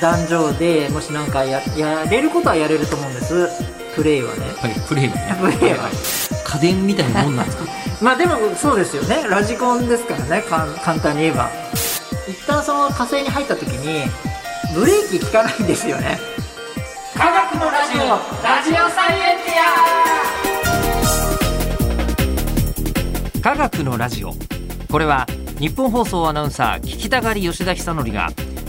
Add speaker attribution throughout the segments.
Speaker 1: 壇上でもし何かややれることはやれると思うんですプレイはね
Speaker 2: はいプレイのね
Speaker 1: プレイは
Speaker 2: 家電みたいなもんなんですか
Speaker 1: まあでもそうですよねラジコンですからねかん簡単に言えば一旦その火星に入った時にブレーキ効かないんですよね科学のラジオラジオサイエンティ
Speaker 2: 科学のラジオこれは日本放送アナウンサー聞きたがり吉田久典が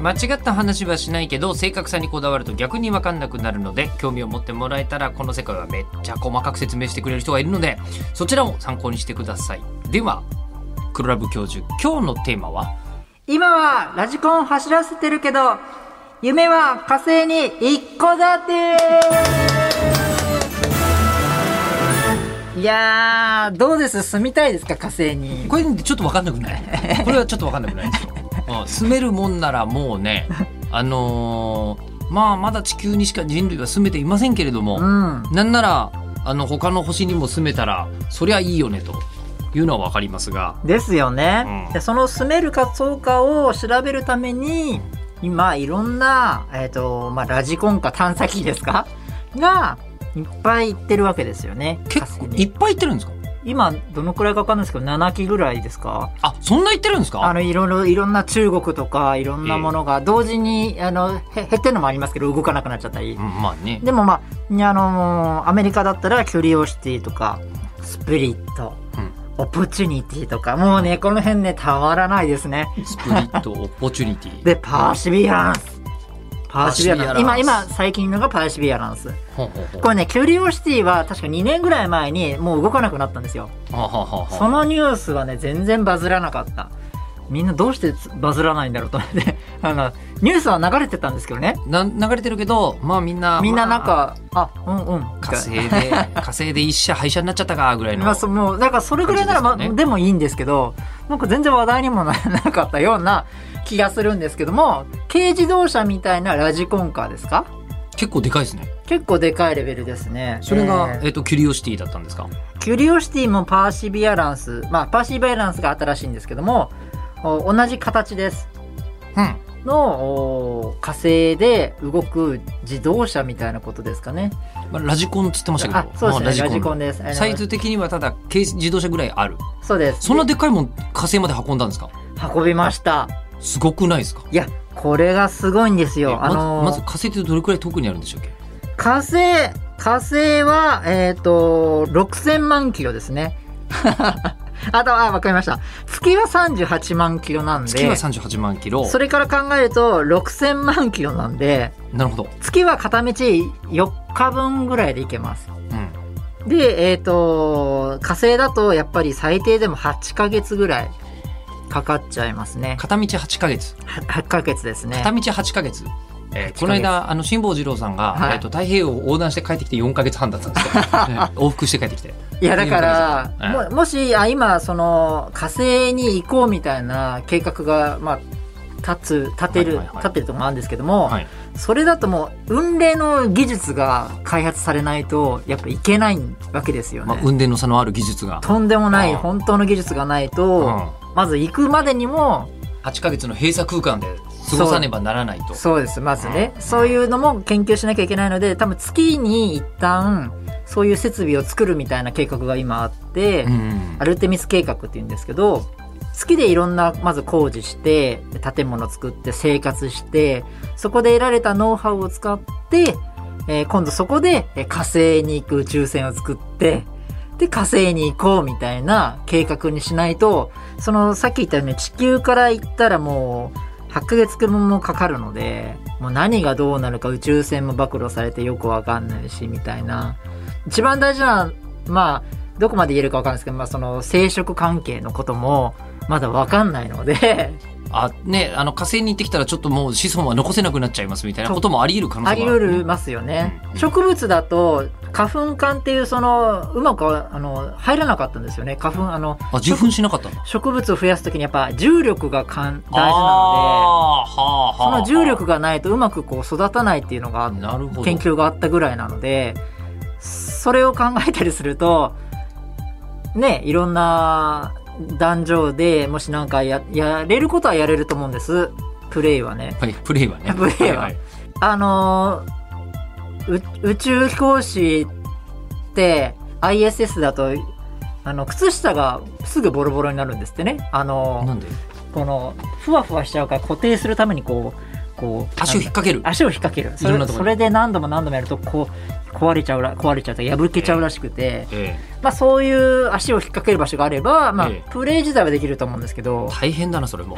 Speaker 2: 間違った話はしないけど正確さにこだわると逆に分かんなくなるので興味を持ってもらえたらこの世界はめっちゃ細かく説明してくれる人がいるのでそちらを参考にしてくださいでは黒ラブ教授今日のテーマは
Speaker 1: 今はラジコン走らせてるけど夢は火星に一戸建ていやーどうです住みたいですか火星に
Speaker 2: これちょっと分かんなくないこれはちょっと分かんなくないですよ うん住めるもんならもうねあのーまあまだ地球にしか人類は住めていませんけれども、
Speaker 1: うん
Speaker 2: なんならあの他の星にも住めたらそりゃいいよねというのはわかりますが
Speaker 1: ですよね
Speaker 2: う、ん
Speaker 1: でその住めるかどうかを調べるために今いろんな、えーとまあ、ラジコンか探査機ですかがいっぱい行ってるわけですよね
Speaker 2: 結
Speaker 1: 火
Speaker 2: 構
Speaker 1: 星
Speaker 2: い
Speaker 1: に
Speaker 2: っぱい行ってるんですか
Speaker 1: 今どのくらいかわかんないですけど7機ぐらいですか
Speaker 2: あそんな行ってるんです
Speaker 1: あ
Speaker 2: か
Speaker 1: のいろいろいろんな中国とかいろんなものが同時に、あのへ減ってるのもありますけど動かなくなっちゃったり
Speaker 2: うん、まあね
Speaker 1: でもまあ、あのーアメリカだったらキュリオシティとかスプリット、
Speaker 2: うん
Speaker 1: オプチュニティとかもうねこの辺ねたまらないですね
Speaker 2: スプリットオポチュニティ
Speaker 1: でパーシビアランスパーシビアランス
Speaker 2: パーシビアラ
Speaker 1: 今
Speaker 2: ンス
Speaker 1: 今最近のがパーシビアランス
Speaker 2: ほうほうほう
Speaker 1: これねキュリオシティは確か2年ぐらい前にもう動かなくなったんですよ
Speaker 2: はあはあはあ
Speaker 1: そのニュースはね全然バズらなかったみんなどうしてバズらないんだろうと思って あのニュースは流れてたんですけどね
Speaker 2: な流れてるけどまあみんな
Speaker 1: みんななん
Speaker 2: まあ
Speaker 1: か、あ、うんうん
Speaker 2: 火星で 火星で一社廃車になっちゃったかぐらいの
Speaker 1: まあ、そもうだからそれぐらいならまあ
Speaker 2: 感じですかね
Speaker 1: でもいいんですけどなんか全然話題にもならなかったような気がするんですけども軽自動車みたいなラジコンカーですか
Speaker 2: 結構でかいですね
Speaker 1: 結構でかいレベルですね
Speaker 2: それが、
Speaker 1: え
Speaker 2: えっ
Speaker 1: ー
Speaker 2: とキュリオシティだったんですか
Speaker 1: キュリオシティもパーシビアランスまあパーシビアランスが新しいんですけどもお同じ形です
Speaker 2: うん
Speaker 1: のお火星で動く自動車みたいなことですかね
Speaker 2: まあ、ラジコンっつってましたけ
Speaker 1: あ
Speaker 2: ど
Speaker 1: そうですね、
Speaker 2: まあ
Speaker 1: ラジコンですあの
Speaker 2: サイズ的にはただ軽自動車ぐらいある
Speaker 1: そうです
Speaker 2: そんなでっかいもん火星まで運んだんですか
Speaker 1: 運びました
Speaker 2: すごくないですか
Speaker 1: いやこれがすごいんです
Speaker 2: え
Speaker 1: よ
Speaker 2: ま
Speaker 1: あ
Speaker 2: ず
Speaker 1: のー
Speaker 2: まず火星ってどれくらい遠くにあるんでしたっけ
Speaker 1: 火星火星はえっ、と6000万キロです ねあとあわかりました月は38万キロなんで
Speaker 2: 月は38万キロ
Speaker 1: それから考えると6000万キロなんで
Speaker 2: なるほど、
Speaker 1: 月は片道4日分ぐらいで行けます
Speaker 2: うん、
Speaker 1: でえっ、と火星だとやっぱり最低でも8ヶ月ぐらいかかっちゃいますね
Speaker 2: 片道8ヶ月
Speaker 1: は8ヶ月ですね
Speaker 2: 片道8ヶ月
Speaker 1: 8
Speaker 2: えー
Speaker 1: ヶ月
Speaker 2: この間あの辛坊治郎さんが、
Speaker 1: はい
Speaker 2: えー、と太平洋を横断して帰ってきて4ヶ月半だったんです よ、えー往復して帰ってきて
Speaker 1: いやだか
Speaker 2: いいんじゃないです
Speaker 1: ら
Speaker 2: か
Speaker 1: ももしあ今その火星に行こうみたいな計画がまあ立つ立てる、
Speaker 2: はいはいはい
Speaker 1: 立ってるとこもあるんですけども、
Speaker 2: はい
Speaker 1: それだともう運霊の技術が開発されないとやっぱいけないわけですよね。
Speaker 2: まあ、運転の差のある技術が、
Speaker 1: とんでもない
Speaker 2: うん
Speaker 1: 本当の技術がないうと、
Speaker 2: ん、
Speaker 1: まず行くまでにも
Speaker 2: 8ヶ月の閉鎖空間で過ごさねばならないと
Speaker 1: そうですまずね、
Speaker 2: うん
Speaker 1: そういうのも研究しなきゃいけないので多分月に一旦そういう設備を作るみたいな計画が今あって。
Speaker 2: うん
Speaker 1: アルテミス計画っていうんですけど月でいろんなまず工事して建物作って生活してそこで得られたノウハウを使って、えー今度そこでえー火星に行く宇宙船を作ってで火星に行こうみたいな計画にしないとそのさっき言ったように地球から行ったらもう8ヶ月分もかかるのでもう何がどうなるか宇宙船も暴露されてよくわかんないしみたいな一番大事なまあどこまで言えるかわかんないですけど、まあ、その生殖関係のこともまだわかんないので
Speaker 2: あね、あの火星に行ってきたらちょっともう子孫は残せなくなっちゃいますみたいなこともあり得る可能性
Speaker 1: あ
Speaker 2: が
Speaker 1: り得ますよね
Speaker 2: うんうん
Speaker 1: 植物だと花粉管っていうそのうまくあの入らなかったんですよね花粉あの
Speaker 2: あ受粉しなかったんだ
Speaker 1: 植物を増やすときにやっぱ重力がかん大事なので
Speaker 2: あーはあはあ
Speaker 1: その重力がないとうまくこう育たないっていうのが
Speaker 2: なるほど
Speaker 1: 研究があったぐらいなのでそれを考えたりするとねいろんな壇上でもしなんかややれることはやれると思うんですプレイはね。
Speaker 2: はいプレイはね
Speaker 1: プレイはあのーう宇宙飛行士って ISS だとあの靴下がすぐボロボロになるんですってね。あのー
Speaker 2: なんで
Speaker 1: このふわふわしちゃうから固定するためにこうこう
Speaker 2: 足を引っ掛ける
Speaker 1: 足を引っ掛けるそ
Speaker 2: い
Speaker 1: れ
Speaker 2: ろんなと
Speaker 1: そ
Speaker 2: ころに
Speaker 1: れで何度も何度もやるとこう壊れちゃうら壊れちゃうというか破けちゃうらしくて、
Speaker 2: ええ
Speaker 1: まあ、そういう足を引っ掛ける場所があれば、まあ
Speaker 2: ええ、
Speaker 1: プレー自体はできると思うんですけど、
Speaker 2: 大変だなそれ も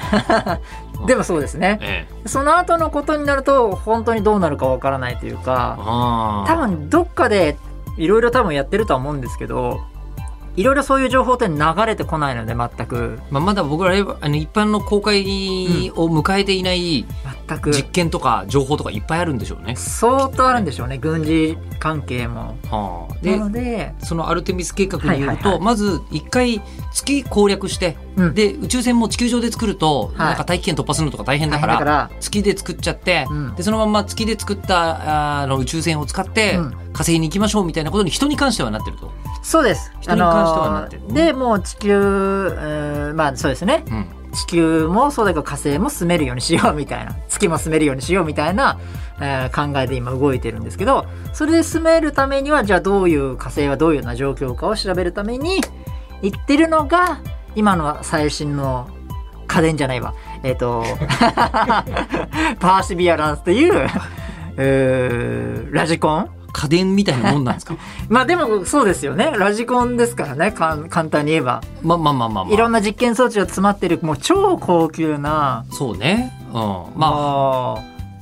Speaker 1: でもそうですね
Speaker 2: ええ
Speaker 1: その後のことになると本当にどうなるかわからないというか
Speaker 2: ああ
Speaker 1: 多分どっかでいろいろ多分やってるとは思うんですけどいろいろそういう情報って流れてこないので全く
Speaker 2: まあ、まだ僕らあれあの一般の公開を迎えていない
Speaker 1: 全く
Speaker 2: 実験とか情報とかいっぱいあるんでしょうね。
Speaker 1: 相当あるんでしょうね軍事関係も。
Speaker 2: はあ、
Speaker 1: な
Speaker 2: で
Speaker 1: ので、
Speaker 2: そのアルテミス計画によると、
Speaker 1: はいはいはい
Speaker 2: まず一回月攻略して、
Speaker 1: うん
Speaker 2: で宇宙船も地球上で作ると、
Speaker 1: い
Speaker 2: なんか大気圏突破するのとか大変だ
Speaker 1: 大
Speaker 2: か
Speaker 1: 変
Speaker 2: ら。
Speaker 1: だから
Speaker 2: 月で作っちゃって、
Speaker 1: うん
Speaker 2: でそのまんま月で作ったあーあの宇宙船を使って
Speaker 1: うん
Speaker 2: 火星に行きましょうみたいなことに人に関してはなってると、
Speaker 1: そうです。
Speaker 2: 人に関してはなってる
Speaker 1: あのーで、もう地球、うーんまあそうですね。
Speaker 2: うん
Speaker 1: 地球もそうだけど火星も住めるようにしようみたいな、 月も住めるようにしようみたいな、えー考えで今動いてるんですけど、それで住めるためには、じゃあどういう火星はどういうような状況かを調べるために、言ってるのが、今の最新の家電じゃないわ。えっ、 と、 パーシビアランスという、うーラジコン
Speaker 2: 家電みたいなもんなん ですか
Speaker 1: まあでもそうですよね。ラジコンですからね。かん簡単に言えば。
Speaker 2: まあまあまあまあ、まあ、
Speaker 1: いろんな実験装置が詰まってる、もう超高級な。
Speaker 2: そうね、うん、ま
Speaker 1: ま
Speaker 2: あ
Speaker 1: あ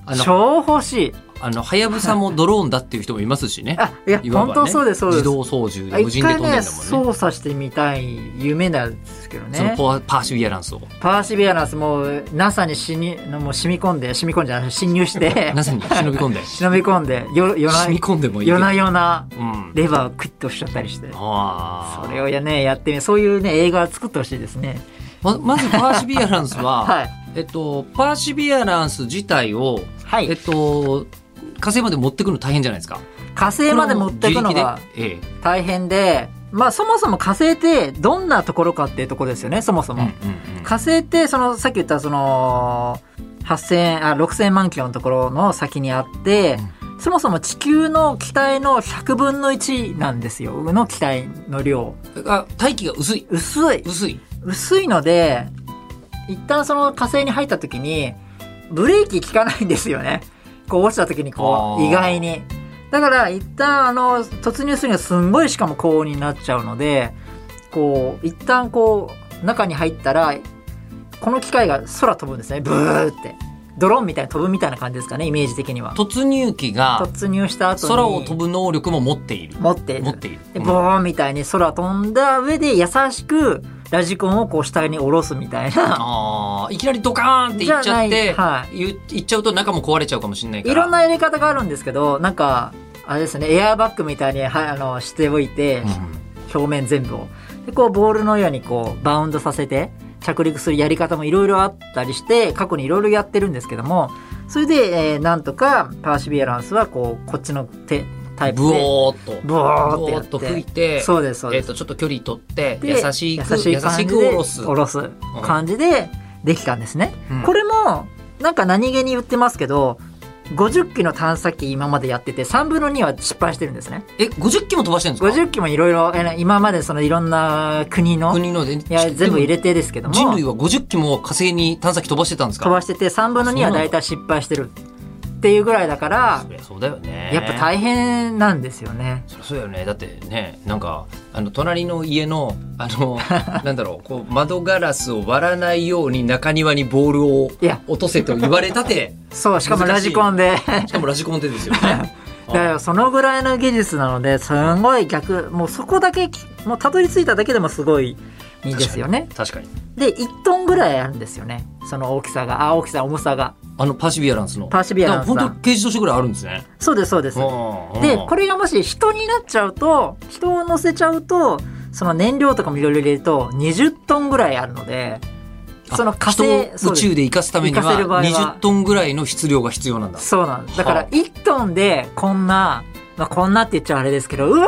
Speaker 2: あの
Speaker 1: 超欲しい。
Speaker 2: あの、はやぶさもドローンだっていう人もいますしね。
Speaker 1: あ、いや、
Speaker 2: いわば
Speaker 1: 本
Speaker 2: ね
Speaker 1: 当そうです、そうで
Speaker 2: 自
Speaker 1: す。
Speaker 2: 動操縦
Speaker 1: あ
Speaker 2: で無
Speaker 1: 一
Speaker 2: 人で
Speaker 1: 回
Speaker 2: 飛んでん
Speaker 1: ね、
Speaker 2: だもんね。
Speaker 1: 操作してみたい夢なんですけど
Speaker 2: その
Speaker 1: ね。
Speaker 2: パワーパーシビアランスを。
Speaker 1: パーシビアランスもう NASA にしに、もう染み込んで、染 み込んじゃない侵入して、
Speaker 2: なさに忍び込んで。
Speaker 1: 忍び込んで、よ、 夜
Speaker 2: 染み
Speaker 1: な、
Speaker 2: 込んでもいいけど。
Speaker 1: 夜な夜な
Speaker 2: うん。
Speaker 1: レバーをクイッと押しちゃったりして。
Speaker 2: ああ。
Speaker 1: それをやね、やってみ、そういうね、映画作ってほしいですね。
Speaker 2: ま、まずパーシビアランス は、
Speaker 1: はい。
Speaker 2: えっと、パーシビアランス自体を、
Speaker 1: は
Speaker 2: えっ
Speaker 1: い。
Speaker 2: と、火星まで持ってくの大変じゃないですか。
Speaker 1: 火星まで持っていくのが、
Speaker 2: これはもう自力で。ええ。
Speaker 1: 大変で、まあそもそも火星ってどんなところかっていうところですよね、そもそうも。
Speaker 2: んうんうん。
Speaker 1: 火星って、そのさっき言ったその、8000、あ、6000万キロのところの先にあって、そもそも地球の気体の100分の1なんですよ、の気体の量。
Speaker 2: あ、大気が薄い。
Speaker 1: 薄い。
Speaker 2: 薄い。
Speaker 1: 薄いので、一旦その火星に入った時に、ブレーキ効かないんですよね。こう落ちた時にこ
Speaker 2: あ
Speaker 1: う、
Speaker 2: ー
Speaker 1: 意外に。だから一旦あの、突入するにはすんごいしかも高温になっちゃうので、こう、一旦こう、中に入ったら、この機械が空飛ぶんですね。ブーって。ドローンみたいに飛ぶみたいな感じですかね、イメージ的には。
Speaker 2: 突入機が
Speaker 1: 突入した後に。
Speaker 2: 空を飛ぶ能力も持っている。
Speaker 1: 持っている
Speaker 2: 持っている。
Speaker 1: で、
Speaker 2: うん
Speaker 1: ボーンみたいに空飛んだ上で優しくラジコンをこう下に下ろすみたいな。
Speaker 2: ああ、いきなりドカーンって行っちゃっ
Speaker 1: じ
Speaker 2: て、
Speaker 1: ゃないは
Speaker 2: 言っ言っちゃうと中も壊れちゃうかもしれないから。
Speaker 1: いろんなやり方があるんですけど、なんか、あれですね、エアバッグみたいに、はい、あの、しておいて、
Speaker 2: うん
Speaker 1: 表面全部を。で、こう、ボールのようにこう、バウンドさせて、着陸するやり方もいろいろあったりして、過去にいろいろやってるんですけども、それで、えーなんとか、パーシビアランスは、こう、こっちの手、タイプ
Speaker 2: ブ
Speaker 1: で、
Speaker 2: オーっと。
Speaker 1: ブオーって
Speaker 2: ブ
Speaker 1: や
Speaker 2: オ
Speaker 1: っ
Speaker 2: ー
Speaker 1: て。
Speaker 2: と吹いて、
Speaker 1: そうです、そうで
Speaker 2: えっ
Speaker 1: す。
Speaker 2: と、ちょっと距離取って、
Speaker 1: で
Speaker 2: 優しく、
Speaker 1: 優しい
Speaker 2: 優し
Speaker 1: 感じで
Speaker 2: く下ろす。
Speaker 1: 下ろす感じで、できたんですね。
Speaker 2: うん
Speaker 1: これも、なんか何気に言ってますけど、50機の探査機今までやってて、3分の2は失敗してるんですね。
Speaker 2: え、50機も飛ばしてるんですか
Speaker 1: 50機もいろいろ、え今までそのいろんな国の、い
Speaker 2: 国ので。
Speaker 1: や、全部入れてですけ
Speaker 2: で
Speaker 1: ど
Speaker 2: も
Speaker 1: も、
Speaker 2: 人類は50機も火星に探査機飛ばしてたんですか
Speaker 1: 飛ばしてて3分の2は大体失敗してるっていうぐらいだから
Speaker 2: そ、りゃそうだよね。
Speaker 1: やっぱ大変なんですよね。
Speaker 2: そりゃそうだよねだってねなんかあの隣の家の あのなんだろうこう窓ガラスを割らないように中庭にボールを
Speaker 1: いや
Speaker 2: 落とせと言われた て
Speaker 1: そう、しかも
Speaker 2: 難
Speaker 1: ラ
Speaker 2: しい
Speaker 1: ジコンで。
Speaker 2: しかもラジコンでですよね。
Speaker 1: だからそのぐらいの技術なので、すんごい逆、もうそこだけ、もうたどり着いただけでもすごいいいですよね。
Speaker 2: 確かに
Speaker 1: で、1トンぐらいあるんですよね。その大きさが、あ、大きさ、重さが。
Speaker 2: あのパーシビアランスの
Speaker 1: パーシビアランスさん
Speaker 2: だから本当刑事としてぐらいあるんですね
Speaker 1: そうですそうですでこ
Speaker 2: れ
Speaker 1: れがもし人になっちゃうと人を乗せちゃうとその燃料とかもいろいろ入れると20トンぐらいあるのでその火星
Speaker 2: 人を宇宙で生かすために
Speaker 1: 生か
Speaker 2: は
Speaker 1: せる場合は
Speaker 2: 20トンぐらいの質量が必要 なんだ
Speaker 1: そうなんです。だか
Speaker 2: は
Speaker 1: ら
Speaker 2: あ
Speaker 1: 1トンでこんな、まあ、こんなって言っちゃあれですけど、うわ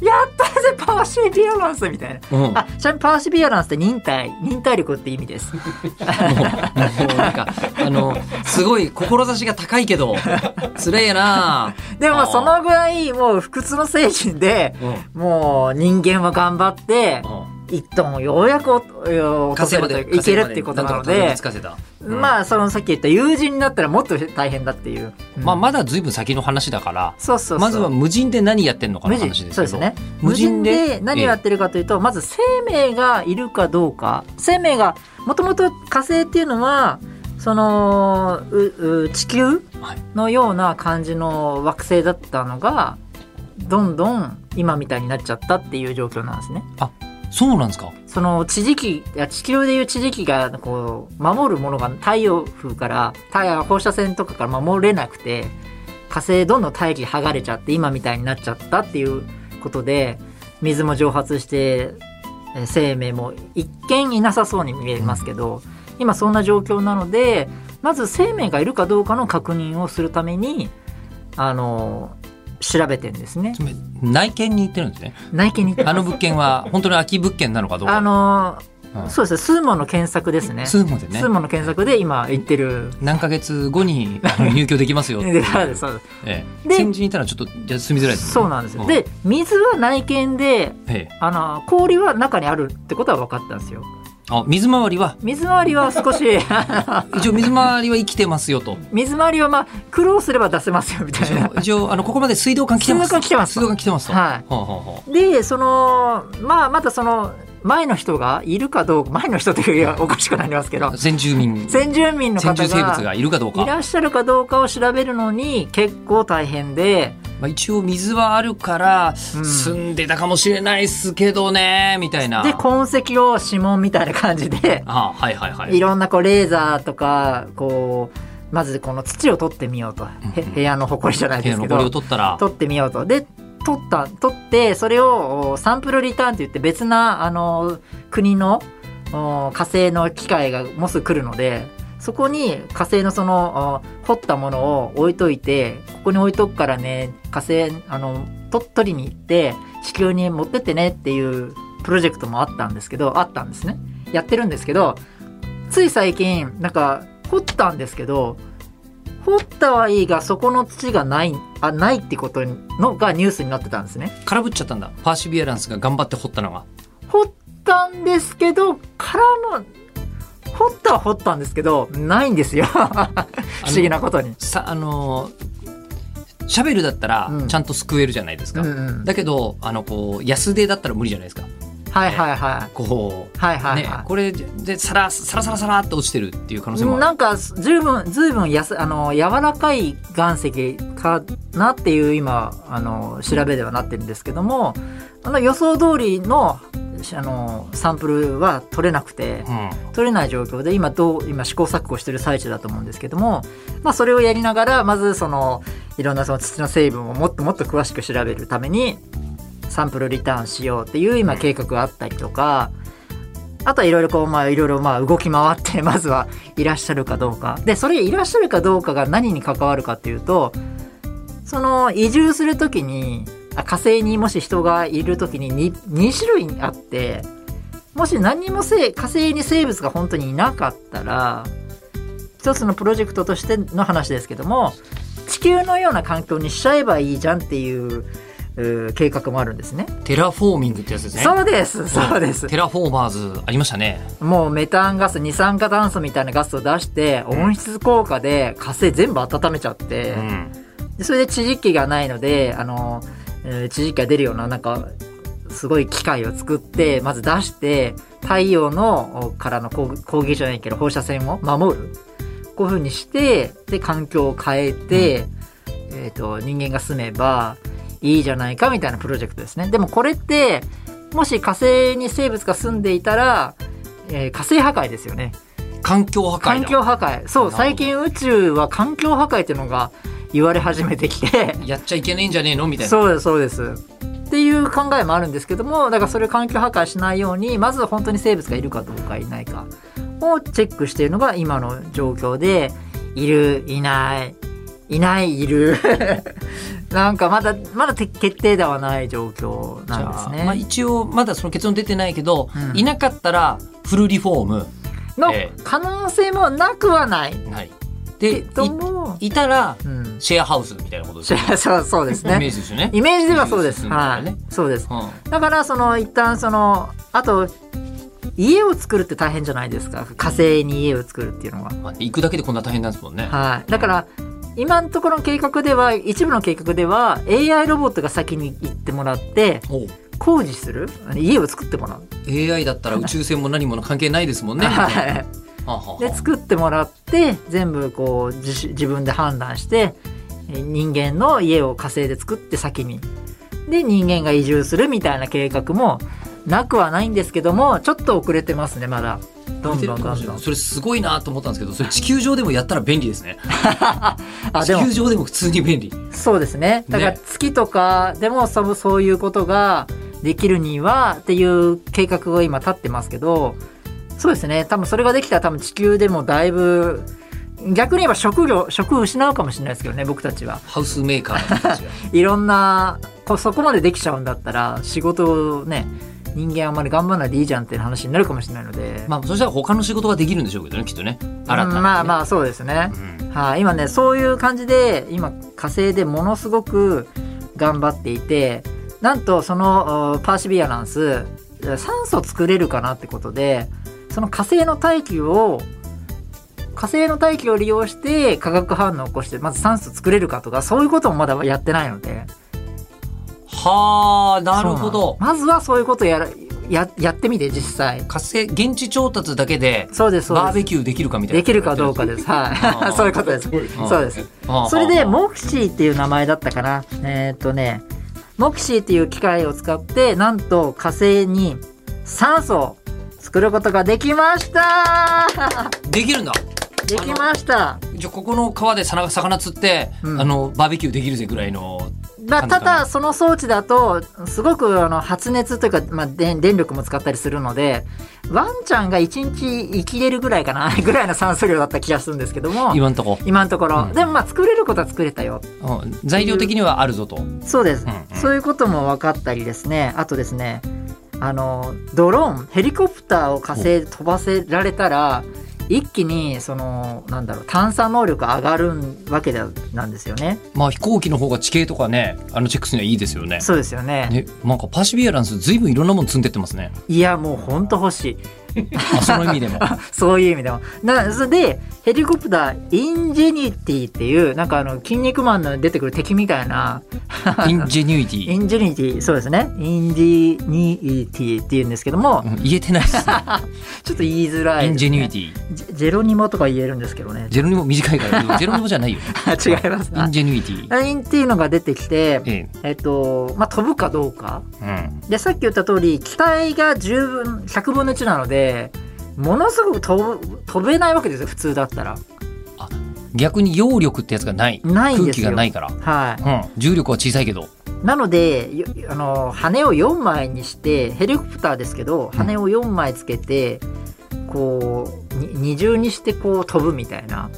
Speaker 1: ーやったぜパーシビアランスみたいな。
Speaker 2: うん、もう
Speaker 1: あ、ちなみにパーシビアランスって忍耐、忍耐力って意味です。
Speaker 2: もうなんかあのすごい志が高いけどつれえな、
Speaker 1: で
Speaker 2: は
Speaker 1: も
Speaker 2: あ
Speaker 1: そのぐらいもう不屈の精神で、
Speaker 2: うん
Speaker 1: もう人間は頑張って、1トンをようやく落とせるといういけるっていうことなので、
Speaker 2: つかせた、うん
Speaker 1: まあそのさっき言った友人だったらもっと大変だっていう。うん
Speaker 2: まあ、まだ随分先の話だから
Speaker 1: そうそうそう。
Speaker 2: まずは無人で何やってんのかの
Speaker 1: 無
Speaker 2: 話です
Speaker 1: 人
Speaker 2: けど
Speaker 1: そうですね
Speaker 2: 無
Speaker 1: 無人
Speaker 2: 人で
Speaker 1: で何をやってるかというと、まず生命がいるかどうか生命がもともと火星っていうのはそのうう地球
Speaker 2: はい
Speaker 1: のような感じの惑星だったのがどんどん今みたいになっちゃったっていう状況なんですね。
Speaker 2: そうなんですか
Speaker 1: その地磁気いや地球でいう地磁気がこう守るものが太陽風から太陽放射線とかから守れなくて火星どんどん大気剥がれちゃって今みたいになっちゃったっていうことで水も蒸発してえー生命も一見いなさそうに見えますけど今そんな状況なのでまず生命がいるかどうかの確認をするためにあの調べてんですね
Speaker 2: つ。まり内見に行ってるんですね
Speaker 1: 内見に
Speaker 2: あの物件は 本当に空き物件なのかどうか
Speaker 1: あの
Speaker 2: うん
Speaker 1: そうですねスーモの検索ですね。
Speaker 2: 数もでね
Speaker 1: スーモの検索で今言ってる。
Speaker 2: 何ヶ月後に あの入居できますよってい
Speaker 1: で
Speaker 2: う
Speaker 1: そうですそうで
Speaker 2: ええ、
Speaker 1: で
Speaker 2: 新人いたらちょっとじゃあ住みづらいですす
Speaker 1: そう
Speaker 2: ね
Speaker 1: なんです
Speaker 2: う
Speaker 1: よ。
Speaker 2: ん
Speaker 1: で、水は内見で、
Speaker 2: ええ、
Speaker 1: あの、氷は中にあるってことは分かったんですよ。
Speaker 2: あ水回りは
Speaker 1: 水回りは 少し、
Speaker 2: 一応水回りは生きてますよと
Speaker 1: 水回りはまあ、苦労すれば出せますよ、みたいな。
Speaker 2: 一応あのここまで水道管来てます
Speaker 1: 水道管来てます
Speaker 2: 水道管来てますと
Speaker 1: は
Speaker 2: ほうほうほ
Speaker 1: い。で、その、まあ、またその、前の人がいるかどうか、前の人というよりはおかしくなりますけど
Speaker 2: う、先住民
Speaker 1: 先
Speaker 2: 先
Speaker 1: 住民の方
Speaker 2: 住生物
Speaker 1: が
Speaker 2: がいるかどうか
Speaker 1: いらっしゃるかどうかを調べるのに結構大変で、
Speaker 2: まあ、一応水はあるから
Speaker 1: うん
Speaker 2: 住んでたかもしれないっすけどね、みたいな
Speaker 1: で、痕跡を指紋みたいな感じで、
Speaker 2: あはいはいはい
Speaker 1: いろんなこうレーザーとかこうまずこの土を取ってみようと、へ
Speaker 2: うん
Speaker 1: 部屋の埃じゃない
Speaker 2: 部
Speaker 1: で
Speaker 2: 屋
Speaker 1: す
Speaker 2: の
Speaker 1: け
Speaker 2: 汚れ
Speaker 1: ど
Speaker 2: を取ったら
Speaker 1: 取ってみようとで取った取ってそれをおサンプルリターンって言って別なあの国のお火星の機械がもうすぐ来るのでそこに火星のそのお掘ったものを置いといてここに置いとくからね火星あのと取りに行って地球に持ってってねっていうプロジェクトもあったんですけどあったんですねやってるんですけどつい最近なんか掘ったんですけど掘ったはいいがそこの土がないあないってことのがニュースになってたんですね
Speaker 2: 空振っちゃったんだパーシビアランスが頑張って掘ったのが
Speaker 1: 掘ったんですけどからの掘ったは掘ったんですけどないんですよ 不思議なことに、
Speaker 2: さあのーシャベルだったら
Speaker 1: うん
Speaker 2: ちゃんとすくえるじゃないです
Speaker 1: う
Speaker 2: か、
Speaker 1: んうん、
Speaker 2: だけどあのこう安手だったら無理じゃないですか
Speaker 1: はいはいはい
Speaker 2: こう
Speaker 1: はいはい
Speaker 2: ね
Speaker 1: は
Speaker 2: これでサラサラサラサラっと落ちてるっていう可能
Speaker 1: い
Speaker 2: 性もある
Speaker 1: なんか十分ずいぶんやすあの柔らかい岩石かなっていう今あの調べではなってるんですけどもあの予想通りのあのサンプルは取れなくて、
Speaker 2: うん
Speaker 1: 取れない状況で今どう今試行錯誤してる最中だと思うんですけども、まあ、それをやりながらまずそのいろんなその土の成分をもっともっと詳しく調べるためにサンプルリターンしようっていう今計画があったりとかあとはいろいろこうまあいろいろまあ動き回ってまずはいらっしゃるかどうかでそれいらっしゃるかどうかが何に関わるかっていうとその移住するときにあ火星にもし人がいるときに 2, 2種類あってもし何にもせ火星に生物が本当にいなかったら一つのプロジェクトとしての話ですけども地球のような環境にしちゃえばいいじゃんっていううー計画もあるんですね。
Speaker 2: テラフォーミングってやつですね
Speaker 1: そうですそうです
Speaker 2: テラフォーマーズありましたね
Speaker 1: もうメタンガス二酸化炭素みたいなガスを出して
Speaker 2: うん
Speaker 1: 温室効果で火星全部温めちゃって、
Speaker 2: うん
Speaker 1: でそれで地磁気がないのであの、えー地磁気が出るようななんかすごい機械を作ってまず出して太陽のおからの攻攻撃じゃないけど放射線を守るこういうふうにしてで環境を変えて、えー、と人間が住めばいいじゃないかみたいなプロジェクトですねでもこれってもし火星に生物が住んでいたら、えー火星破壊ですよね
Speaker 2: 環境破壊だ
Speaker 1: 環境破壊そう
Speaker 2: なるほど
Speaker 1: 最近宇宙は環境破壊っていうのが言われ始めてきて
Speaker 2: やっちゃいけねえんじゃねえのみたいな
Speaker 1: そうですそうですっていう考えもあるんですけどもだからそれを環境破壊しないようにまず本当に生物がいるかどうかいないかをチェックしているのが今の状況でいるいないいないいる なんかまだまだて決定ではない状況
Speaker 2: じ
Speaker 1: なんで
Speaker 2: ゃ
Speaker 1: す
Speaker 2: あ
Speaker 1: ね、
Speaker 2: まあ、一応まだその結論出てないけど、
Speaker 1: うん
Speaker 2: いなかったらフルリフォーム、
Speaker 1: の
Speaker 2: え
Speaker 1: 可能性もなくはない
Speaker 2: はい、
Speaker 1: け
Speaker 2: でい
Speaker 1: ども、
Speaker 2: いたら
Speaker 1: うん、
Speaker 2: シェアハウスみたいなことですよね
Speaker 1: そうそうです
Speaker 2: イメ
Speaker 1: ね
Speaker 2: ージですよね。
Speaker 1: イメージではそうです
Speaker 2: イメ
Speaker 1: は
Speaker 2: ージですよね
Speaker 1: いそうです
Speaker 2: うん
Speaker 1: だからその一旦そのあと家を作るって大変じゃないですか火星に家を作るっていうのは。
Speaker 2: まあ行くだけでこんな大変なんですもんね。
Speaker 1: はい、だから今のところの計画では一部の計画では AI ロボットが先に行ってもらって
Speaker 2: おう
Speaker 1: 工事する家を作ってもらう、
Speaker 2: AI だったら宇宙船も何も関係ないですもんね。みたい
Speaker 1: は、
Speaker 2: なはあはあはい
Speaker 1: で作ってもらって全部こう自主自分で判断してえ人間の家を火星で作って先にで人間が移住するみたいな計画もなくはないんですけどもちょっと遅れてますねまだどんどんどんどん
Speaker 2: それすごいなと思ったんですけどそれ地球上でもやったら便利ですね
Speaker 1: あで
Speaker 2: 地
Speaker 1: も
Speaker 2: 球上でも普通に便利
Speaker 1: そうですねだから
Speaker 2: ね
Speaker 1: 月とかでもそそういうことができるにはっていう計画が今立ってますけどそうですね多分それができたら多分地球でもだいぶ逆に言えば職業職失うかもしれないですけどね僕たちは
Speaker 2: ハウスメーカーの人 たちが
Speaker 1: いろんなこそこまでできちゃうんだったら仕事をね人間あんまり頑張らないでいいじゃんっていう話になるかもしれないので、
Speaker 2: まあそしたら他の仕事ができるんでしょうけどねきっとね新たな、
Speaker 1: うんまあまあそうですね、はい、今ねそういう感じで今火星でものすごく頑張っていてなんとそのおパーシビアランス酸素作れるかなってことでその火星の大気を火星の大気を利用して化学反応を起こしてまず酸素作れるかとかそういうこともまだやってないので
Speaker 2: はあなるほ
Speaker 1: そう
Speaker 2: ど
Speaker 1: なのまずはそういうことやらややってみて実際
Speaker 2: 火星現地調達だけで
Speaker 1: そうですそう
Speaker 2: バー
Speaker 1: で
Speaker 2: ベ
Speaker 1: す
Speaker 2: キューできるかみたいな
Speaker 1: できるかどうかですは
Speaker 2: あ
Speaker 1: い
Speaker 2: ー
Speaker 1: そういうことです
Speaker 2: ん
Speaker 1: そうですそれで、モクシーっていう名前だったかな。えーっとね、モクシーっていう機械を使って、なんと火星に酸素を作ることができました
Speaker 2: できるんだ
Speaker 1: できました。
Speaker 2: じゃあここの川でさな魚釣って、
Speaker 1: うん
Speaker 2: あのバーベキューできるぜぐらいの
Speaker 1: まあ、
Speaker 2: 感じ
Speaker 1: た
Speaker 2: かな
Speaker 1: だ、その装置だと、すごくあの発熱というか、まあ、電電力も使ったりするので、ワンちゃんが1日生きれるぐらいかな、 ぐらいの酸素量だった気がするんですけども、
Speaker 2: 今んとこ、
Speaker 1: 今のところ。
Speaker 2: うん
Speaker 1: でも、まあ、作れることは作れたよ。
Speaker 2: うん材料的にはあるぞと
Speaker 1: そうです、
Speaker 2: うんうん
Speaker 1: そういうことも分かったりですねあとですねあのドローンヘリコプターを火星で飛ばせられたら一気にそのなんだろう探査能力上がるわけだなんですよね
Speaker 2: まあ飛行機の方が地形とかねあのチェックするにはいいですよね
Speaker 1: そうですよね
Speaker 2: ねなんかパシビアランスずいぶんいろんなもの積んでってますね
Speaker 1: いやもうほんと欲しい
Speaker 2: あその意味 でも
Speaker 1: そういう意味でもなそれでヘリコプターインジェニティっていうなんかあの筋肉マンの出てくる敵みたいな
Speaker 2: インジェニュイテ
Speaker 1: イ
Speaker 2: ィ
Speaker 1: ンジェニティそうですねインジェニティっていうんですけども
Speaker 2: うん言えてないですね
Speaker 1: ちょっと言いづらい
Speaker 2: イン
Speaker 1: です
Speaker 2: ジェ
Speaker 1: ね
Speaker 2: ニュイティ
Speaker 1: ジェジェロニモとか言えるんですけどね。
Speaker 2: ゼロにも短いからゼロにもじゃ ないよ
Speaker 1: 違います
Speaker 2: イン
Speaker 1: ね。
Speaker 2: ジェニュイティ
Speaker 1: ラインっていうのが出てきて、
Speaker 2: え
Speaker 1: えっと、まあ、飛ぶかどうか。
Speaker 2: えうん
Speaker 1: で、さっき言った通り、機体が10分、100分の1なので、ものすごく飛ぶ、飛べないわけですよ、普通だったら。
Speaker 2: 逆に揚力ってやつがない
Speaker 1: ないん
Speaker 2: 空
Speaker 1: です
Speaker 2: 気
Speaker 1: よ。
Speaker 2: がないから、
Speaker 1: はい。
Speaker 2: うん、重力は小さいけど
Speaker 1: なので、よあの、羽を4枚にして、ヘリコプターですけど、羽を4枚つけて、こう、に二重にしてこう飛ぶみたいな。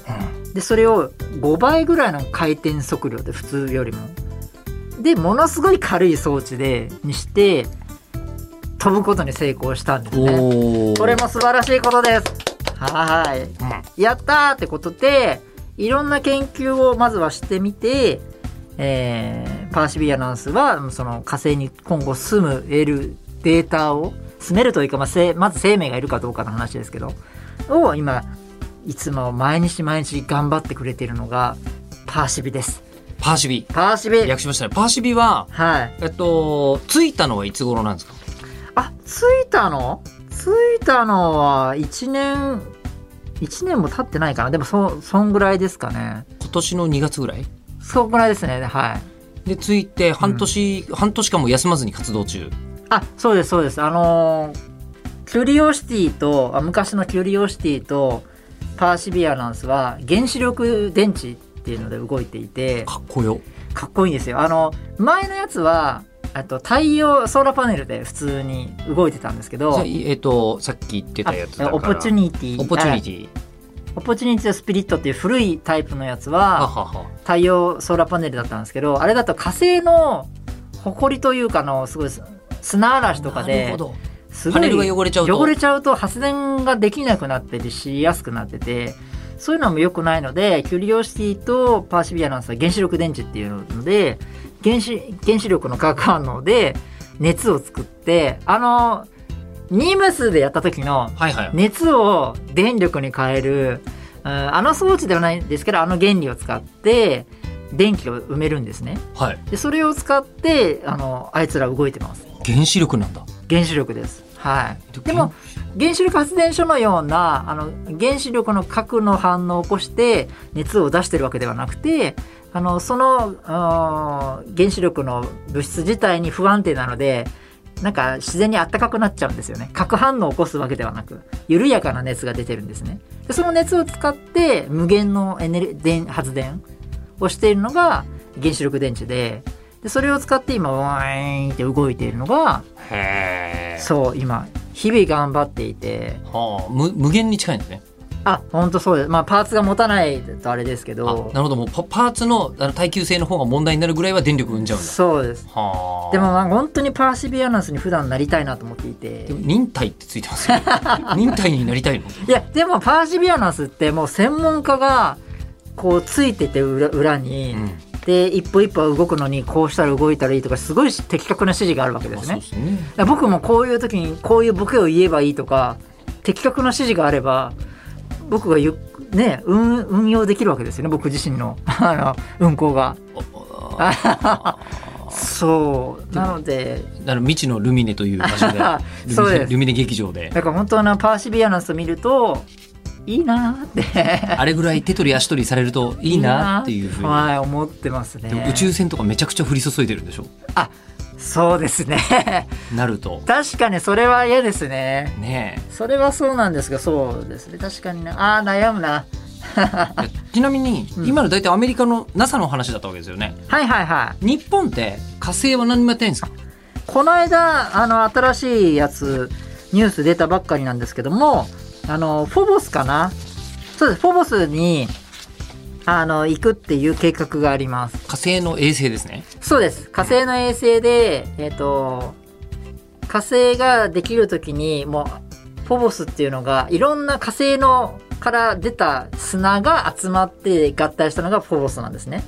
Speaker 1: でそれを5倍ぐらいの回転速量で普通よりもでものすごい軽い装置でにして飛ぶことに成功したんですね
Speaker 2: おお
Speaker 1: これも素晴らしいことですはーいやったーってことでいろんな研究をまずはしてみて、えーパーシビアランスはその火星に今後住む得るデータを住めるというか、まあ、せまず生命がいるかどうかの話ですけどを今いつも毎日毎日頑張ってくれているのがパーシビです
Speaker 2: パーシビ
Speaker 1: パーシビ
Speaker 2: 略しましたねパーシビは
Speaker 1: はい
Speaker 2: えっと着いたのはいつ頃なんですか
Speaker 1: あ着いたの着いたのは1年1年も経ってないかなでもそそんぐらいですかね
Speaker 2: 今年の2月ぐらい
Speaker 1: そんぐらいですねはい
Speaker 2: で着いて半年、半年間も休まずに活動中
Speaker 1: あそうですそうですあのーキュリオシティとあ昔のキュリオシティとパーシビアランスは原子力電池っていうので動いていて
Speaker 2: かっこよ
Speaker 1: かっこいいんですよあの前のやつはあと太陽ソーラーパネルで普通に動いてたんですけど
Speaker 2: じゃあいえっ、とさっき言ってたやつだから
Speaker 1: オポチュニティ
Speaker 2: オポチュニティ
Speaker 1: オポチュニティとスピリットっていう古いタイプのやつは
Speaker 2: ははは
Speaker 1: 太陽ソーラーパネルだったんですけどあれだと火星の埃というかのすごいす砂嵐とか
Speaker 2: なる
Speaker 1: で
Speaker 2: ほど
Speaker 1: すご
Speaker 2: パネ
Speaker 1: い
Speaker 2: ルが汚れちゃうと
Speaker 1: 汚れちゃうと発電ができなくなったりしやすくなっててそういうのも良くないのでキュリオシティとパーシビアランスは原子力電池っていうので原子原子力の化学反応で熱を作ってあのニームスでやった時の
Speaker 2: はいはい
Speaker 1: 熱を電力に変える、うんあの装置ではないんですけどあの原理を使って電気を埋めるんですね
Speaker 2: はい
Speaker 1: でそれを使ってあのあいつら動いてます
Speaker 2: 原子力なんだ
Speaker 1: 原子力ですはいでも原子力発電所のようなあの原子力の核の反応を起こして熱を出してるわけではなくてあのそのうん原子力の物質自体に不安定なのでなんか自然に暖かくなっちゃうんですよね核反応を起こすわけではなく緩やかな熱が出てるんですねでその熱を使って無限のエネル電発電をしているのが原子力電池ででそれを使って今ワーンって動いているのが
Speaker 2: へえ
Speaker 1: そう今日々頑張っていて
Speaker 2: はあ無無限に近いんですね
Speaker 1: あ本当そうですまあパーツが持たないとあれですけ
Speaker 2: あな
Speaker 1: ど
Speaker 2: るほどもうパパーツのあの耐久性の方が問題になるぐらいは電力生んじゃうんだ
Speaker 1: そうです
Speaker 2: はあ
Speaker 1: でもまあ本当にパーシビアランスに普段なりたいなと思っていて
Speaker 2: でも忍耐ってついてますよ 忍耐になりたいの
Speaker 1: いやでもパーシビアランスってもう専門家がこうついてて裏裏に、
Speaker 2: う
Speaker 1: で一歩一歩動くのにこうしたら動いたらいいとかすごい的確な指示があるわけ
Speaker 2: ん
Speaker 1: で
Speaker 2: まあ
Speaker 1: す
Speaker 2: そう
Speaker 1: ね
Speaker 2: ですね
Speaker 1: だから僕もこういう時にこういうボケを言えばいいとか的確な指示があれば僕がゆね運運用できるわけですよね僕自身の あの運行が
Speaker 2: あ
Speaker 1: そうなので
Speaker 2: あの未知のルミネという場 所でルミネ
Speaker 1: そうです
Speaker 2: ルミネ劇場で
Speaker 1: だから本当のパーシビアランスを見るといいなーって
Speaker 2: あれぐらい手取り足取りされるといいなっていうふうに、
Speaker 1: はい思って ます
Speaker 2: でも
Speaker 1: ね
Speaker 2: 宇宙船とかめちゃくちゃ降り注いでるんでしょ
Speaker 1: そうですね
Speaker 2: なると
Speaker 1: 確かにそれは嫌ですね
Speaker 2: ね
Speaker 1: それはそうなんですがそうですね確かになあー悩むな
Speaker 2: えちなみに
Speaker 1: うん
Speaker 2: 今の大体アメリカの NASA の話だったわけですよね
Speaker 1: はいはいはい
Speaker 2: 日本って火星は何もやってないんですか
Speaker 1: この間あの新しいやつニュース出たばっかりなんですけどもあのフォボスかなそうですフォボスにあの行くっていう計画があります
Speaker 2: 火星の衛星ですね
Speaker 1: そうです火星の衛星でえっ、と火星ができる時にもうフォボスっていうのがいろんな火星のから出た砂が集まって合体したのがフォボスなんですね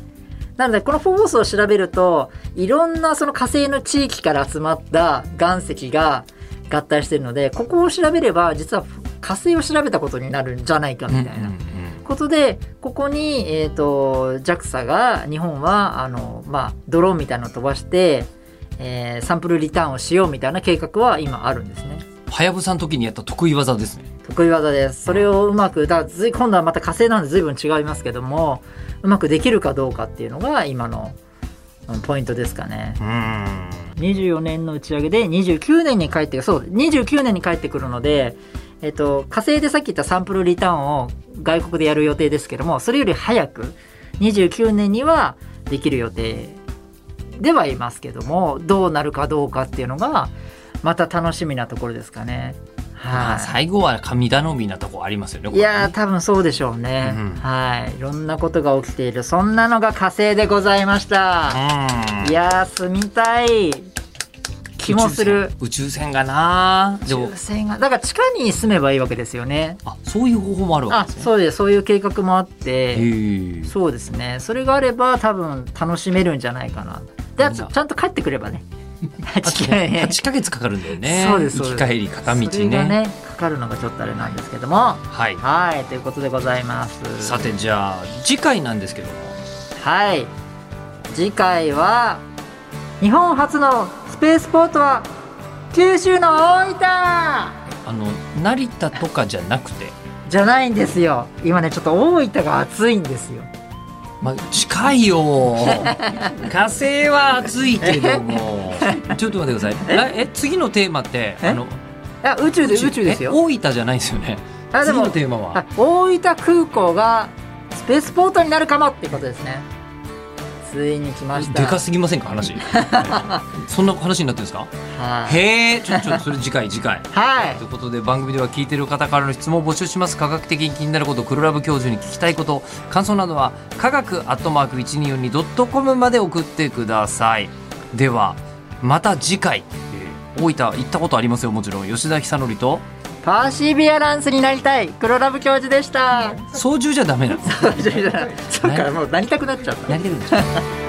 Speaker 1: なのでこのフォボスを調べるといろんなその火星の地域から集まった岩石が合体してるのでここを調べれば実は火星を調べたことになるんじゃないかみたいな、
Speaker 2: うんうん
Speaker 1: ことでここに、えー、と JAXA が日本はあの、まあ、ドローンみたいなのを飛ばして、えーサンプルリターンをしようみたいな計画は今あるんですね
Speaker 2: うんはやぶさの時にやった得意技ですね
Speaker 1: 得意技ですそれをうまくだずい今度はまた火星なんで随分違いますけどもうまくできるかどうかっていうのが今のうんポイントですかね
Speaker 2: うん
Speaker 1: 24年の打ち上げで29年に帰ってそう29年に帰ってくるので、えっと、火星でさっき言ったサンプルリターンを外国でやる予定ですけどもそれより早く29年にはできる予定ではいますけどもどうなるかどうかっていうのがまた楽しみなところですかね。
Speaker 2: まあ
Speaker 1: はい、
Speaker 2: 最後は神頼みなとこありますよねこ
Speaker 1: い
Speaker 2: れ
Speaker 1: やー
Speaker 2: ね
Speaker 1: 多分そうでしょうね、
Speaker 2: うん
Speaker 1: はいいろんなことが起きているそんなのが火星でございました、
Speaker 2: うん
Speaker 1: いやー住みたい気もする
Speaker 2: 宇宙船宇宙船がなでも
Speaker 1: 抽選がだから地下に住めばいいわけですよね。
Speaker 2: あそういう方法もあるわ
Speaker 1: あ
Speaker 2: けですね
Speaker 1: そうですそういう計画もあっ
Speaker 2: へ
Speaker 1: て
Speaker 2: ー
Speaker 1: そうですねそれがあれば多分楽しめるんじゃないかなであとちゃんと帰ってくればね 地下に
Speaker 2: 8ヶ月かかるんだよね
Speaker 1: そうですそうです
Speaker 2: 行き帰り片道
Speaker 1: それ
Speaker 2: ね
Speaker 1: がねかかるのがちょっとあれなんですけども
Speaker 2: はい
Speaker 1: はいということでございます
Speaker 2: さてじゃあ次回なんですけども
Speaker 1: はい次回は日本初のスペースポートは九州の大分
Speaker 2: あの成田とかじゃなくて、
Speaker 1: じゃないんですよ今ねちょっと大分が暑いんですよ
Speaker 2: まあ、近いよ 火星は暑いけどもちょっと待ってくださいええ次のテーマって
Speaker 1: え
Speaker 2: あの
Speaker 1: あ宇宙で宇宙ですよ
Speaker 2: え大分じゃないですよね
Speaker 1: あで
Speaker 2: 次
Speaker 1: も
Speaker 2: のテーマ
Speaker 1: あ
Speaker 2: は
Speaker 1: 大分空港がスペースポートになるかもってことですねついに来ました
Speaker 2: でかすぎませんか 話そんな話になってるんですか
Speaker 1: はい、
Speaker 2: へえちょちょそれ次回次回
Speaker 1: はい
Speaker 2: ということで番組では聞いてる方からの質問を募集します科学的に気になること黒ラブ教授に聞きたいこと感想などは科学アットマーク 1242.com まで送ってくださいではまた次回、えー大分行ったことありますよもちろん吉田久典と
Speaker 1: パーシビアランスになりたい黒ラブ教授でした
Speaker 2: 操縦じゃダメなの
Speaker 1: そうからもうなりたくなっちゃった
Speaker 2: やりたくない